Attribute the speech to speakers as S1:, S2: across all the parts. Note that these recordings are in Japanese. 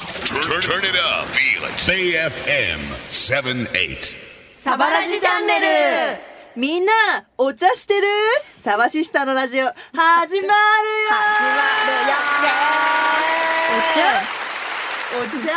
S1: Turn, turn it up. Feel it. BFM 78.
S2: サバラジチャンネルみんな、お茶してるサバシスタのラジオ、始まるよ始まるよお茶お茶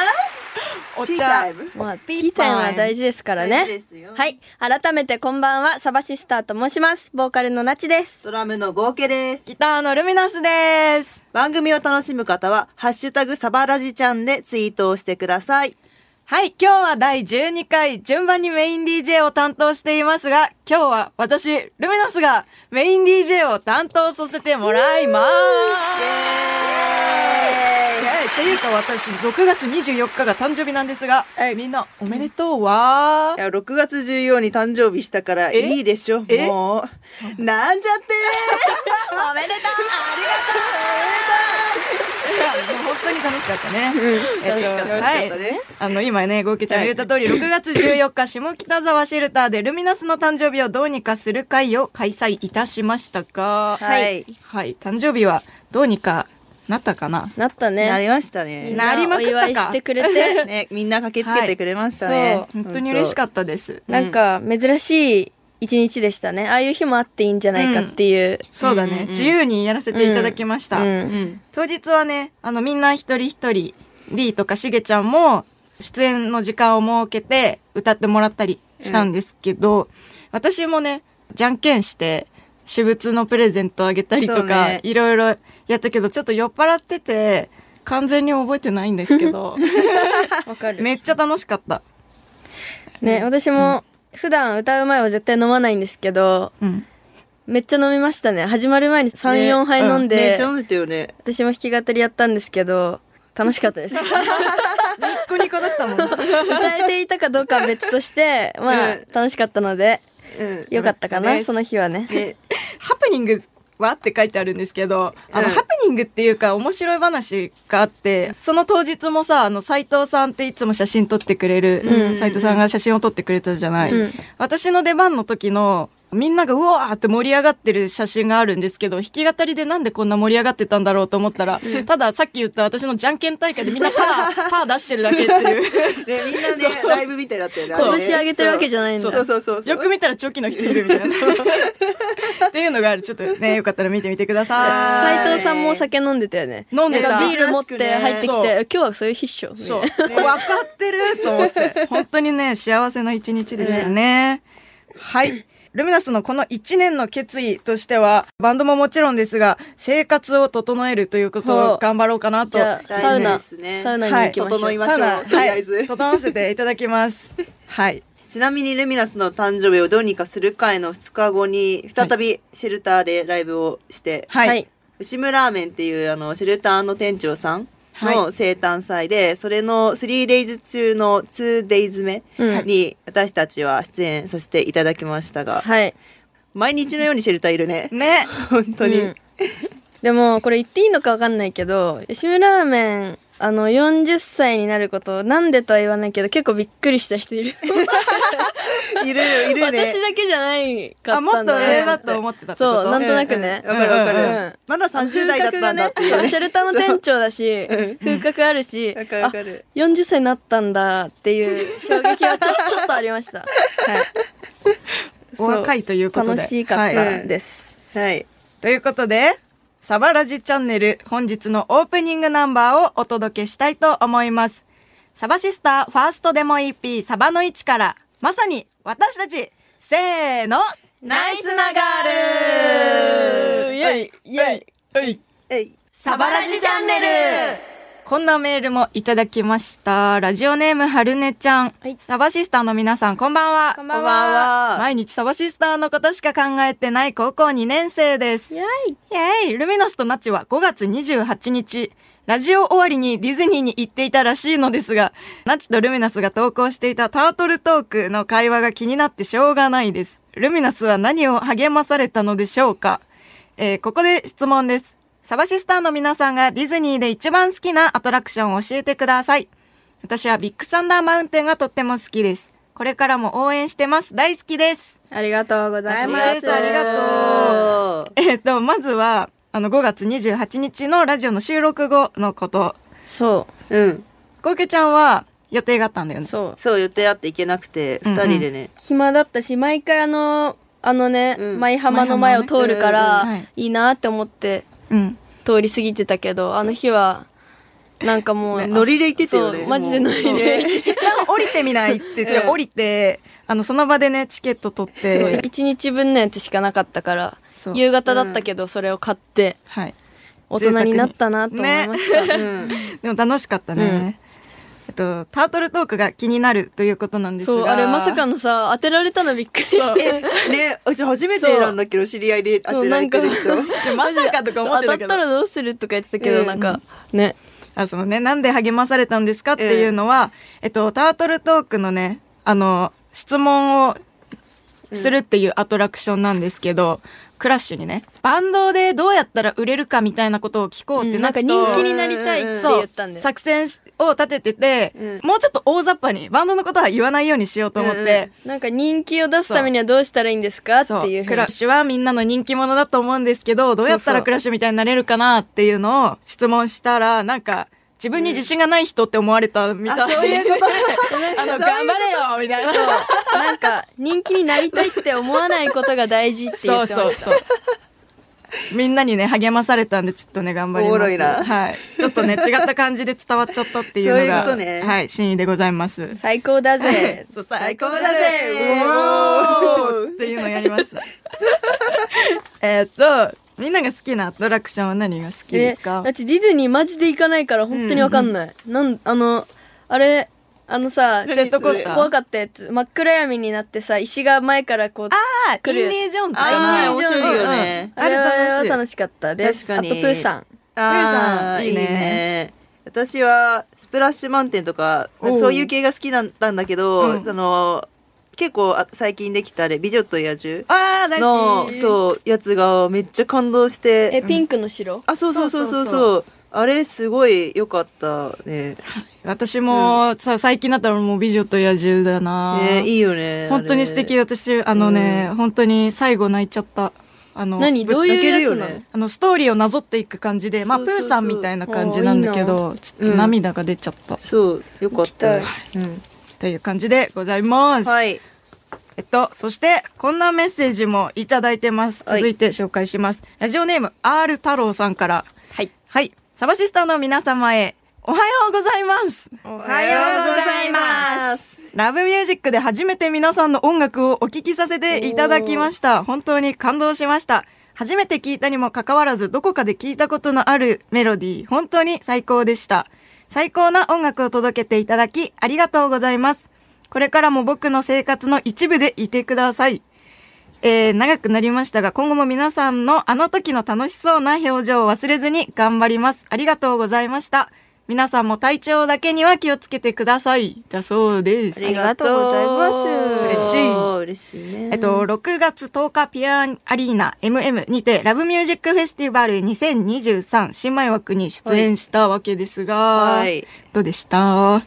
S3: お
S2: ティー
S3: 茶
S2: タイム。
S3: まあ、ティータイムは大事ですからね
S2: 大事ですよ
S3: はい改めてこんばんはサバシスターと申しますボーカルのなちです
S2: ドラムの合計です。
S4: ギターのルミナスです。
S2: 番組を楽しむ方は、ハッシュタグサバラジちゃんでツイートをしてください。
S4: はい、今日は第12回、順番にメイン DJ を担当していますが、今日は私、ルミナスがメイン DJ を担当させてもらいます。イエーイっていうか私、6月24日が誕生日なんですが
S3: はい、
S4: みんなおめでとうわ
S2: い。や、6月14に誕生日したからいいでしょ。
S4: え
S2: もう。なんちゃって
S3: おめでと
S4: いやもう本当に楽しかったね。えっ
S2: 楽し
S4: と
S2: かったね
S4: はいあの今ね、ゴーケちゃんが言った通り、6月14日下北沢シェルターでルミナスの誕生日をどうにかする会を開催いたしましたが、
S2: はい
S4: はい、誕生日はどうにかなったかな。
S3: うなった
S2: な
S3: ね
S2: りましたね。
S4: なりまくったか
S3: お祝いしてくれて
S2: ね、みんな駆けつけてくれましたね。
S4: そう、本当に嬉しかったです。
S3: なんか珍しい一日でしたねああいう日もあっていいんじゃないかっていう、
S4: そうだね、自由にやらせていただきました。
S3: うん
S2: うん。
S4: 当日はね、あの、みんな一人一人、D とかしげちゃんも、出演の時間を設けて、歌ってもらったりしたんですけど、私もね、じゃんけんして、私物のプレゼントあげたり
S2: そう
S4: とか、
S2: ね
S4: いろいろやったけど、ちょっと酔っ払ってて、完全に覚えてないんですけ ど、
S3: わかる
S4: めっちゃ楽しかった。
S3: ね私も普段歌う前は絶対飲まないんですけど
S4: うん。
S3: めっちゃ飲みましたね始まる前に
S2: ね
S3: 34、杯飲んで、
S2: めっちゃ飲んでたよね。
S3: 私も弾き語りやったんですけど楽しかったです
S4: ニッコニコだったもん。
S3: 歌えていたかどうかは別としてまあ、
S2: うん
S3: 楽しかったので
S2: うん。
S3: よかったか
S4: よかったで
S3: な
S4: す
S3: その日はね
S2: ね、
S4: ハプニングはって書いてあるんですけど、あの、
S2: うん
S4: ハプニングっていうか面白い話があって、その当日もさ、あの、斎藤さんっていつも写真撮ってくれる、
S3: うん
S4: 斎藤さんが写真を撮ってくれたじゃない。
S3: うん
S4: 私の出番の時の、みんながうわーって盛り上がってる写真があるんですけど、弾き語りでなんでこんな盛り上がってたんだろうと思ったら、たださっき言った私のじゃんけん大会でみんなパー、 パー出してるだけっていう。
S2: ねみんなね、ライブみたいだったよね。
S4: そ
S2: あ
S4: う
S2: れね
S3: 拳上げてるわけじゃないんだ
S2: そうそうそうそう。
S4: よく見たらチョキの人いるみたい な。っていうのがある。ちょっとね、よかったら見てみてください。
S3: 斉藤さんもお酒飲んでたよね
S4: 飲んでた
S3: なんかビール持って入ってきて、
S4: そう
S3: 今日はそういう必勝
S4: そう。
S3: み
S4: 分かってると思って。本当にね、幸せな一日でしたね。はい。ルミナスのこの1年の決意としては、バンドももちろんですが、生活を整えるということ
S3: ほ
S4: を
S3: う
S4: 頑張ろうかなと。
S3: たいなじゃあサウ
S2: 大事
S3: ナ、
S2: ですね
S3: サウナに行きましょう、
S2: 整いま
S4: サウナ、
S2: しょうとりあえず
S4: はい、整わせていただきます。はい。
S2: ちなみにルミナスの誕生日をどうにかする会の2日後に、再びシェルターでライブをして、
S4: はい。
S3: はい
S2: 牛村ラーメンっていうあのシェルターの店長さんの生誕祭で、それの 3days 中の 2days 目
S3: うん
S2: に私たちは出演させていただきましたが、
S3: はい
S2: 毎日のようにシェルターいるね
S4: ね。
S2: 本当に、
S3: うんでもこれ言っていいのかわかんないけど吉村ラーメンあの40歳になることなんでとは言わないけど結構びっくりした人いる
S2: いるよいるね
S3: 私だけじゃないか
S4: あ、
S3: ったん
S4: もっと
S3: だ
S4: 上だと思ってたってこと
S3: そうなんとなくね
S2: うんうんわ、かるわかる、
S3: うんうん
S2: まだ30代だったんだってい
S3: 風
S2: うね
S3: 格がねシェルターの店長だし風格あるし
S2: わかるわかる
S3: あ40歳になったんだっていう衝撃はちょちょっとありました、はい、
S4: お若いということで
S3: そ楽しかっ
S4: は
S3: た
S2: い
S3: です、
S2: はい
S4: ということで、サバラジチャンネル本日のオープニングナンバーをお届けしたいと思います。サバシスターファーストデモ EP サバの1から、まさに私たち、せーの、
S2: ナイスなガール
S3: イエイイエイ
S2: えい
S3: サバラジチャンネル
S4: こんなメールもいただきました。ラジオネームはるねちゃん。
S3: はい
S4: サバシスターの皆さん、こんばんは。
S3: こん
S2: こ
S3: ば
S2: ん
S3: ん
S2: ばん
S3: は
S2: は、
S4: 毎日サバシスターのことしか考えてない高校2年生です。
S3: イエイ
S4: イェーイルミナスとナッチは5月28日、ラジオ終わりにディズニーに行っていたらしいのですが、ナッチとルミナスが投稿していたタートルトークの会話が気になってしょうがないです。ルミナスは何を励まされたのでしょうかえーここで質問です。サバシスターの皆さんがディズニーで一番好きなアトラクションを教えてください。私はビッグサンダーマウンテンがとっても好きです。これからも応援してます。大好きです。
S3: ありがとうございま
S4: あり
S3: す
S4: がとうありがとえっ、と、まずは、あの、5月28日のラジオの収録後のこと。
S3: そう
S2: うん
S4: コウケちゃんは予定があったんだよね。
S3: そう
S2: そう予定あって行けなくて
S4: うん
S2: 二人でね、
S3: 暇だったし毎回あのあのね、
S2: うん
S3: 舞浜の前を通るから、
S4: 舞浜ねうんうんはい
S3: いいなって思って
S4: うん。
S3: 通り過ぎてたけどあの日はなんかもう、
S2: ねノリで行ってたよね
S3: そうマジでノリで
S4: 一旦 降りてみないって言って、
S3: うん
S4: 降りて、あの、その場でね、チケット取っ
S3: そう
S4: て、
S3: 1日分のやつしかなかったから
S4: そう
S3: 夕方だったけどそれを買って
S4: はい。
S3: 大人になったなと思いました、
S2: うん
S4: でも楽しかったね。
S3: うん
S4: えっと、タートルトークが気になるということなんですが。
S3: そうあれまさかのさ当てられたのびっくり して
S2: ね、うち初めてなんだけど知り合いで当てられてる人
S3: そうなん
S4: いやまさかとか思っ
S3: 当
S4: て
S3: た
S4: た
S3: っ
S4: け
S3: た
S4: ど。
S3: らどうするとか言ってたけど、
S2: うん
S3: なんかね
S4: あそのね、なんで励まされたんですかっていうのは、えっと、タートルトークのね、あの、質問をするっていうアトラクションなんですけど、クラッシュにね、バンドでどうやったら売れるかみたいなことを聞こうって
S3: うんな
S4: なんっ
S3: か
S4: て、
S3: 人気になりたいって言ったんだよ
S4: 作戦を立ててて、もうちょっと大雑把に、バンドのことは言わないようにしようと思って、
S3: なんか人気を出すためにはどうしたらいいんですかって
S4: そう
S3: いうふう
S4: ク
S3: に
S4: ラッシュはみんなの人気者だと思うんですけど、どうやった
S3: そうそ
S4: ら
S3: う
S4: クラッシュみたいになれるかなっていうのを質問したら、なんか、自分に自信がない人って思われたみたいな。
S2: あそういうこと
S4: あの、頑張れよみたいな。
S3: なんか人気になりたいって思わないことが大事って言
S4: そう
S3: って
S4: そう
S3: まし
S4: そ
S3: た
S4: う。みんなにね、励まされたんで、ちょっとね、頑張ります。
S2: おもろいな
S4: はい。ちょっとね、違った感じで伝わっちゃったっていうのが、
S2: そういうことね
S4: はい、真意でございます。
S3: 最高だぜ
S4: そう
S2: 最高だぜ
S4: おーっていうのをやりま した。えーっと、みんなが好きなアトラクションは何が好きですか、
S3: だってディズニーマジで行かないから本当にわかんない、なんあのあれあのさ
S4: ジェットコースター
S3: 怖かったやつ真っ暗闇になってさ石が前からこう
S4: あ
S3: 来る
S4: ージョーンズ
S2: あー面白いよね
S4: あ
S3: あ
S4: れ
S3: れは
S4: 楽しい。
S3: 楽しかったです
S2: 確かに
S3: あとプーさん
S2: ああ
S4: 上さん
S2: いいね
S4: いいね
S2: 私はスプラッシュマウンテンとか
S4: おう
S2: そういう系が好きなんだんだけど、
S4: うん
S2: その結構あ最近できたあれ「美女と野獣
S4: あー、大好
S2: の」
S4: き。
S2: そうやつがめっちゃ感動して
S3: えピンクの白
S2: あそうそうそうそうそう
S4: そうそ
S2: あれすごい良かったね
S4: 私も、さ、最近だったらもう美女と野獣だな、
S2: ねいいよね
S4: 本当に素敵。
S2: あれ
S4: 私、あのね、本当に最後泣いちゃった。あの、
S3: 何どう
S2: ぶっかけ
S3: い
S2: る
S3: うや
S2: よ
S3: つ
S2: ね
S3: なの
S4: あの、ストーリーをなぞっていく感じで、まあ、
S2: そ
S4: プ
S2: うそうそう
S4: ーさんみたいな感じなんだけど、ちょっと涙が出ちゃった。
S2: そう良かった
S3: 行き
S2: うん
S4: という感じでございます。
S2: はい
S4: えっと、そして、こんなメッセージもいただいてます。
S2: はい
S4: 続いて紹介します。ラジオネーム、R 太郎さんから。
S3: はい
S4: はい。サバシスターの皆様へ、おはようございます。
S3: お
S2: おはようございます
S4: ラブミュージックで初めて皆さんの音楽をお聴きさせていただきました。本当に感動しました。初めて聞いたにもかかわらず、どこかで聞いたことのあるメロディー、本当に最高でした。最高な音楽を届けていただき、ありがとうございます。これからも僕の生活の一部でいてください。えー長くなりましたが、今後も皆さんのあの時の楽しそうな表情を忘れずに頑張ります。ありがとうございました。皆さんも体調だけには気をつけてください。だそうです。
S3: りがとうございま
S2: 嬉
S3: す
S2: しい。嬉しいね。
S4: えっと、6月10日ピアアリーナ MM にてラブミュージックフェスティバル2023新米枠に出演したわけですが、
S2: はい。
S4: どうでした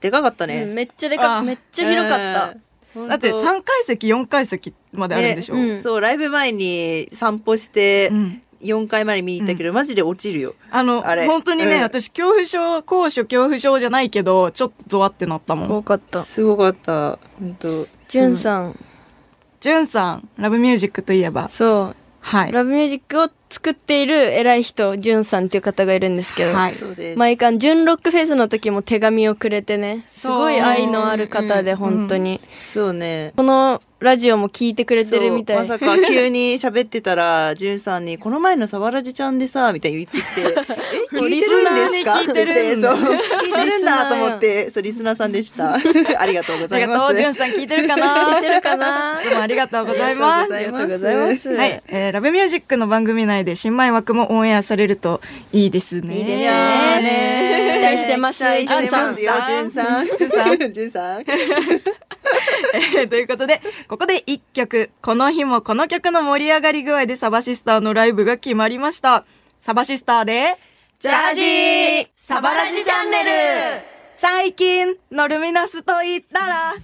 S2: でかかったね。
S3: うんめっちゃでか
S4: あ
S3: くめっちゃ広かった
S2: うん。
S4: だって
S2: ほんと
S4: 3階席4階席まであるんでしょ、
S3: ねうん
S2: そう、ライブ前に散歩して
S4: う、ん
S2: 4回まで見に行ったけど、マジで落ちるよ。
S4: あの
S2: あれ
S4: 本当にね、
S2: うん
S4: 私恐怖症高所恐怖症じゃないけどちょっとゾワってなったもん
S3: 多かった
S2: すごかった。本当
S3: じゅんさん
S4: じゅんさんラブミュージックといえば
S3: そ
S4: は
S3: う
S4: い
S3: ラブミュージックを作っている偉い人じゅんさんっていう方がいるんですけど、
S4: はい
S2: そうです。
S3: 毎回ジュンロックフェスの時も手紙をくれてねす
S4: そう
S3: ごい愛のある方で本当に、
S2: そうね。
S3: このラジオも聞いてくれてるみたい
S2: そうまさか急に喋ってたら、じゅんさんに、この前のサワラジちゃんでさ、みたいに言ってきて、え、聞いてるんですか
S4: リスナーに聞いてるん
S2: って言って そう、聞いてるんだ
S3: リスナーや
S2: と思って、そう、リスナーさんでした。ありがとうご
S4: あ
S2: ざ
S4: り
S2: います。
S4: がとうじゅんさん聞いてるかな
S3: 聞いてる かな
S4: どうもありがとうございます
S2: ありが
S3: とうございます
S4: はい、えーラブミュージックの番組内で新米枠もオンエアされるといいですね。
S3: いいですね
S2: いやーね
S3: 期待してます
S2: 期待してますよ、
S4: あ
S2: じゅ
S4: ん
S2: ん
S4: さ
S2: さ
S4: ん
S2: ん。じゅんさ ん。じゅんさん。
S4: ということで、ここで一曲、この日もこの曲の盛り上がり具合でサバシスターのライブが決まりました。サバシスターで、
S2: ジャージーサバラジチャンネル
S4: 最近のルミナスと言ったら、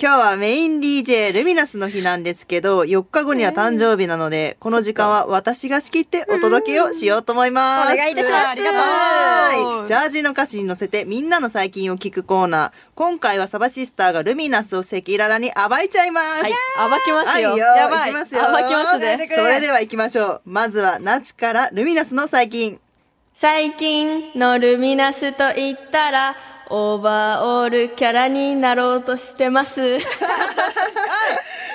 S2: 今日はメイン DJ ルミナスの日なんですけど、4日後には誕生日なので、この時間は私が仕切ってお届けをしようと思います。
S3: お願いいたします
S4: ありがとう
S2: はいジャージの歌詞に乗せてみんなの最近を聞くコーナー。今回はサバシスターがルミナスを赤裸々に暴いちゃいます。
S3: はい、暴きますよ。
S2: はい
S3: や
S2: や
S4: ば
S2: ば
S4: い
S2: い。きますよ。
S3: 暴きますね
S2: それでは行きましょう。まずはナチからルミナスの最近。
S3: 最近のルミナスと言ったら、オーバーオールキャラになろうとしてます。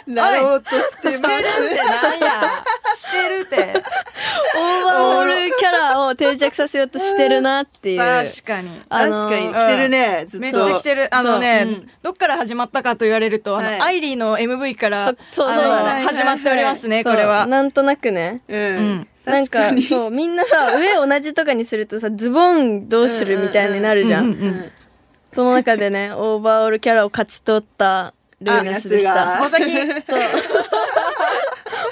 S2: なろうとしてま
S4: してるってなんや。してる って。
S3: オーバーオールキャラを定着させようとしてるなっていう。
S4: 確かに。
S3: あの
S2: 確かに来てるね。ずっと。
S4: めっちゃ来てる。あのね、
S2: うん
S4: どっから始まったかと言われると、あの、
S2: はい
S4: アイリーの MV から、あ
S3: そそう
S4: の
S3: そう
S2: はい
S4: 始まっておりますね、
S3: そ
S4: こ
S3: う
S4: れは。
S3: なんとなくね。
S2: う
S4: うんん。
S3: なん
S2: 確か
S3: か
S2: に。
S3: そう、みんなさ、上同じとかにするとさ、ズボンどうするみたいになるじゃ
S4: うんうん
S3: ん。その中でね、オーバーオールキャラを勝ち取ったルーナスでし
S2: あ
S3: た。
S4: お先、
S3: そう。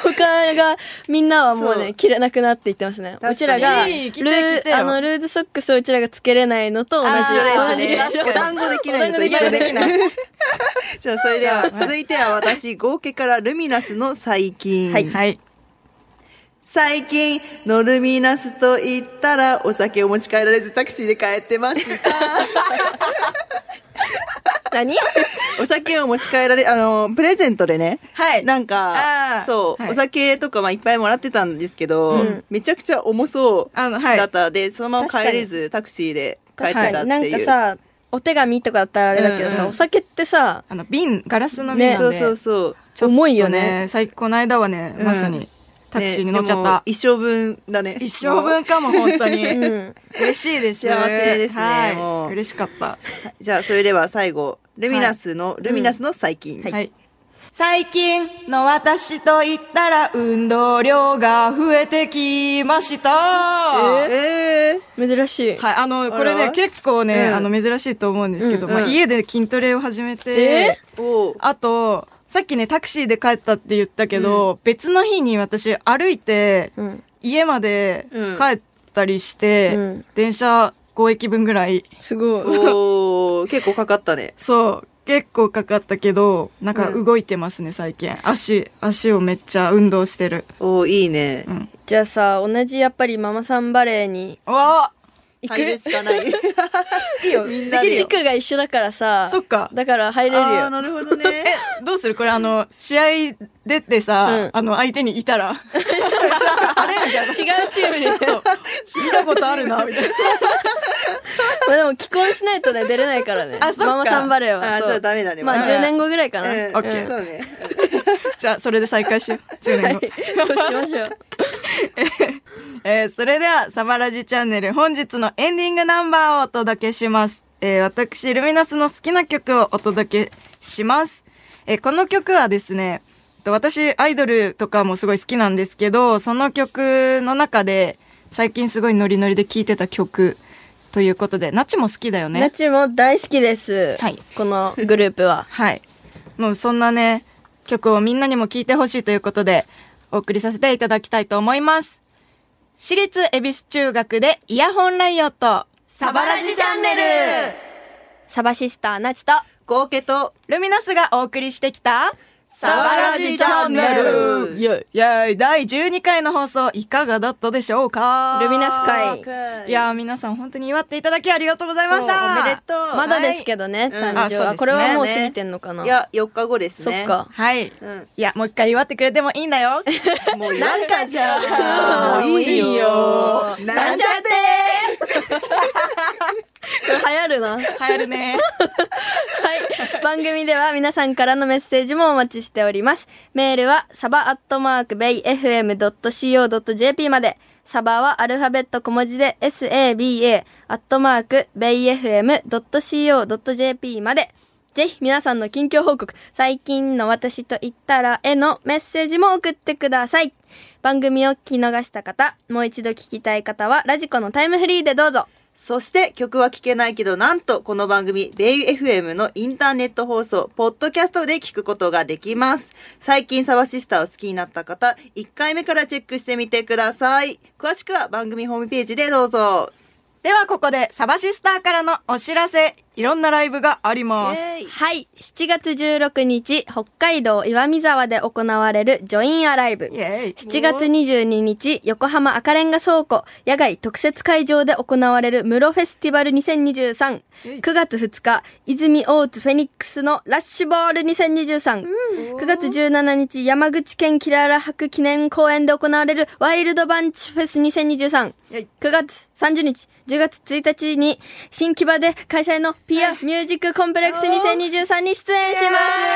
S3: 他が、みんなはもう
S2: そう
S3: ね、着れなくなっていってますね。
S2: かに
S3: うちらが、ル
S4: いい着て着てよ
S3: ー、あの、ルーズソックスをうちらがつけれないのと同じ。
S2: あー
S3: 同
S2: そうで
S3: じ
S2: すね。お団子できないのと一緒
S3: お団子で
S2: で
S3: きない。
S2: じゃあそれでは続いては私合計からルミナスの最近。
S3: はい
S4: はい。
S2: 最近のルミナスと言ったらお酒を持ち帰られずタクシーで帰ってま した。
S3: 何
S2: お酒を持ち帰られあのプレゼントでね。
S4: はい。
S2: なん
S4: あー
S2: かそう、
S4: はい
S2: お酒とかまあいっぱいもらってたんですけど、
S3: うん
S2: めちゃくちゃ重そう
S4: あの、はい
S2: だっ。たでそのまま帰れずタクシーで帰って
S3: 確
S2: たっ
S3: か
S2: ていう。
S3: に。なんかさ、お手紙とかだったらあれだけど
S2: うんう
S3: さ、
S2: ん
S3: お酒ってさ、
S4: あの、瓶、ガラスの瓶
S3: ね
S4: なんで。
S2: そうそうそう。
S4: ちょっと
S3: 重いよね。
S4: 最近この間はね、
S2: うん
S4: まさにタクシーに乗っちゃっ
S2: ねでも
S4: た。
S2: 一生分だね。
S4: 一生分かも、本当に。
S3: うん。
S4: 嬉しいです。
S2: 幸せですね
S4: はい
S2: もう
S4: 嬉しかった。
S2: じゃあそれでは最後ルミナスの、ルミナスの最近、
S4: はい。最近の私と言ったら運動量が増えてきました。
S2: ええ
S3: 珍しい。
S4: はい、あの、これ
S2: あ
S4: ね、
S2: ら
S4: 結構ね、
S2: うん
S4: あの、珍しいと思うんですけど、
S2: うん
S4: まあ、
S2: うん
S4: 家で筋トレを始めて、
S2: ー、おう
S4: あと、さっきね、タクシーで帰ったって言ったけど、別の日に私、歩いて、
S3: うん。
S4: 家まで
S2: うん
S4: 帰ったりして、
S3: うん
S4: 電車5駅分ぐらい、
S3: すごい。
S2: おー結構かかったね。
S4: そう、結構かかったけど、なんか
S2: うん
S4: 動いてますね、最近。足、足をめっちゃ運動してる。
S2: おーいいね
S4: う。ん。
S3: じゃあさ、同じやっぱりママさんバレーに
S4: うわ
S3: 行
S2: 入る
S3: く
S2: しかない。いいよ、みんなでよ。
S3: 軸が一緒だからさ、
S4: そっか
S3: だから入れる
S2: ああ、
S3: よ。
S2: なるほど ね。
S4: どうするこれあの、試合出てさ、
S3: うん
S4: あの、相手にい たら、
S3: 違うチームに。そう
S4: 見たことあるな、みたいな。
S3: まあでも既婚しないとね、出れないからね。
S4: あそっか
S3: ママさんバレーは。
S2: あー
S3: そう
S2: じゃあダメだね
S3: まあ
S2: まだ
S3: 10年後ぐらいかな。
S2: うん
S3: は
S4: オッケー
S2: そうね。
S4: じゃあ、それで再開しよう。10年後。
S3: い。そうしましょう。
S4: えーそれでは、サバラジチャンネル本日のエンディングナンバーをお届けします。えー私、ルミナスの好きな曲をお届けします。えーこの曲はですね、えっと私、アイドルとかもすごい好きなんですけど、その曲の中で、最近すごいノリノリで聴いてた曲ということで、ナチも好きだよ
S3: ナ
S4: ね。
S3: チも大好きです。
S4: はい。
S3: このグループは
S4: はい。もうそんなね、曲をみんなにも聴いてほしいということで、お送りさせていただきたいと思います。私立恵比寿中学でイヤホンライオット。
S2: サバラジチャンネル
S3: サバシスターナチと、
S2: 合計と、
S4: ルミナスがお送りしてきた、
S2: サバラジチャンネル
S4: イェイイェイ第12回の放送いかがだったでしょうか
S3: ルミナス会はい
S2: はい
S4: やー皆さん本当に祝っていただきありがとうございました
S2: おめでとう。
S3: まだですけ
S2: ど。
S3: どね、
S2: うん
S3: 誕
S4: あそうで
S3: 生
S4: す
S3: は。
S4: ね
S3: これはもう過ぎてんのかな。
S2: いや、4日後です
S3: そ
S2: ね。
S3: っ。か。
S4: はい。い
S2: うん。
S4: や、もう一回祝ってくれてもいいんだよ。
S2: もうなんかじゃ
S4: あ
S2: あ、
S4: ーもういいよ
S2: なんちゃって
S3: これ流行るな。
S4: 流行るね。
S3: はい。番組では皆さんからのメッセージもお待ちしております。メールは、サバアットマークベイ FM.co.jp まで。サバはアルファベット小文字で saba アットマークベイ FM.co.jp まで。ぜひ皆さんの近況報告、最近の私と言ったらへのメッセージも送ってください。番組を聞き逃した方、もう一度聞きたい方はラジコのタイムフリーでどうぞ。
S2: そして曲は聴けないけど、なんとこの番組、ベイ FM のインターネット放送、ポッドキャストで聞くことができます。最近サバシスターを好きになった方、1回目からチェックしてみてください。詳しくは番組ホームページでどうぞ。
S4: ではここでサバシスターからのお知らせいろんなライブがあります。
S2: えい
S3: はい。7月16日、北海道岩見沢で行われるジョインアライブ。
S4: イエーイ
S3: 7月22日、横浜赤レンガ倉庫野外特設会場で行われる室フェスティバル2023。9月2日、泉大津フェニックスのラッシュボール2023。9月17日、山口県キララ博記念公園で行われるワイルドバンチフェス2023。
S4: イエイ
S3: 9月30日、10月1日に新木場で開催のピアミュージックコンプレックス2023に出演します。よ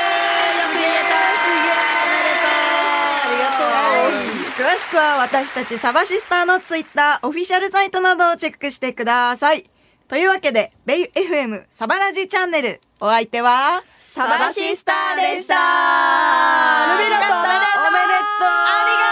S3: く言えた、すげえ、おめでとう。ありがとう。
S4: 詳しくは私たちサバシスターのツイッター、オフィシャルサイトなどをチェックしてください。というわけで、ベイ FM サバラジチャンネル、お相手は、
S3: サバシスターでした
S4: ルビロさんおめでとう
S3: ありがとう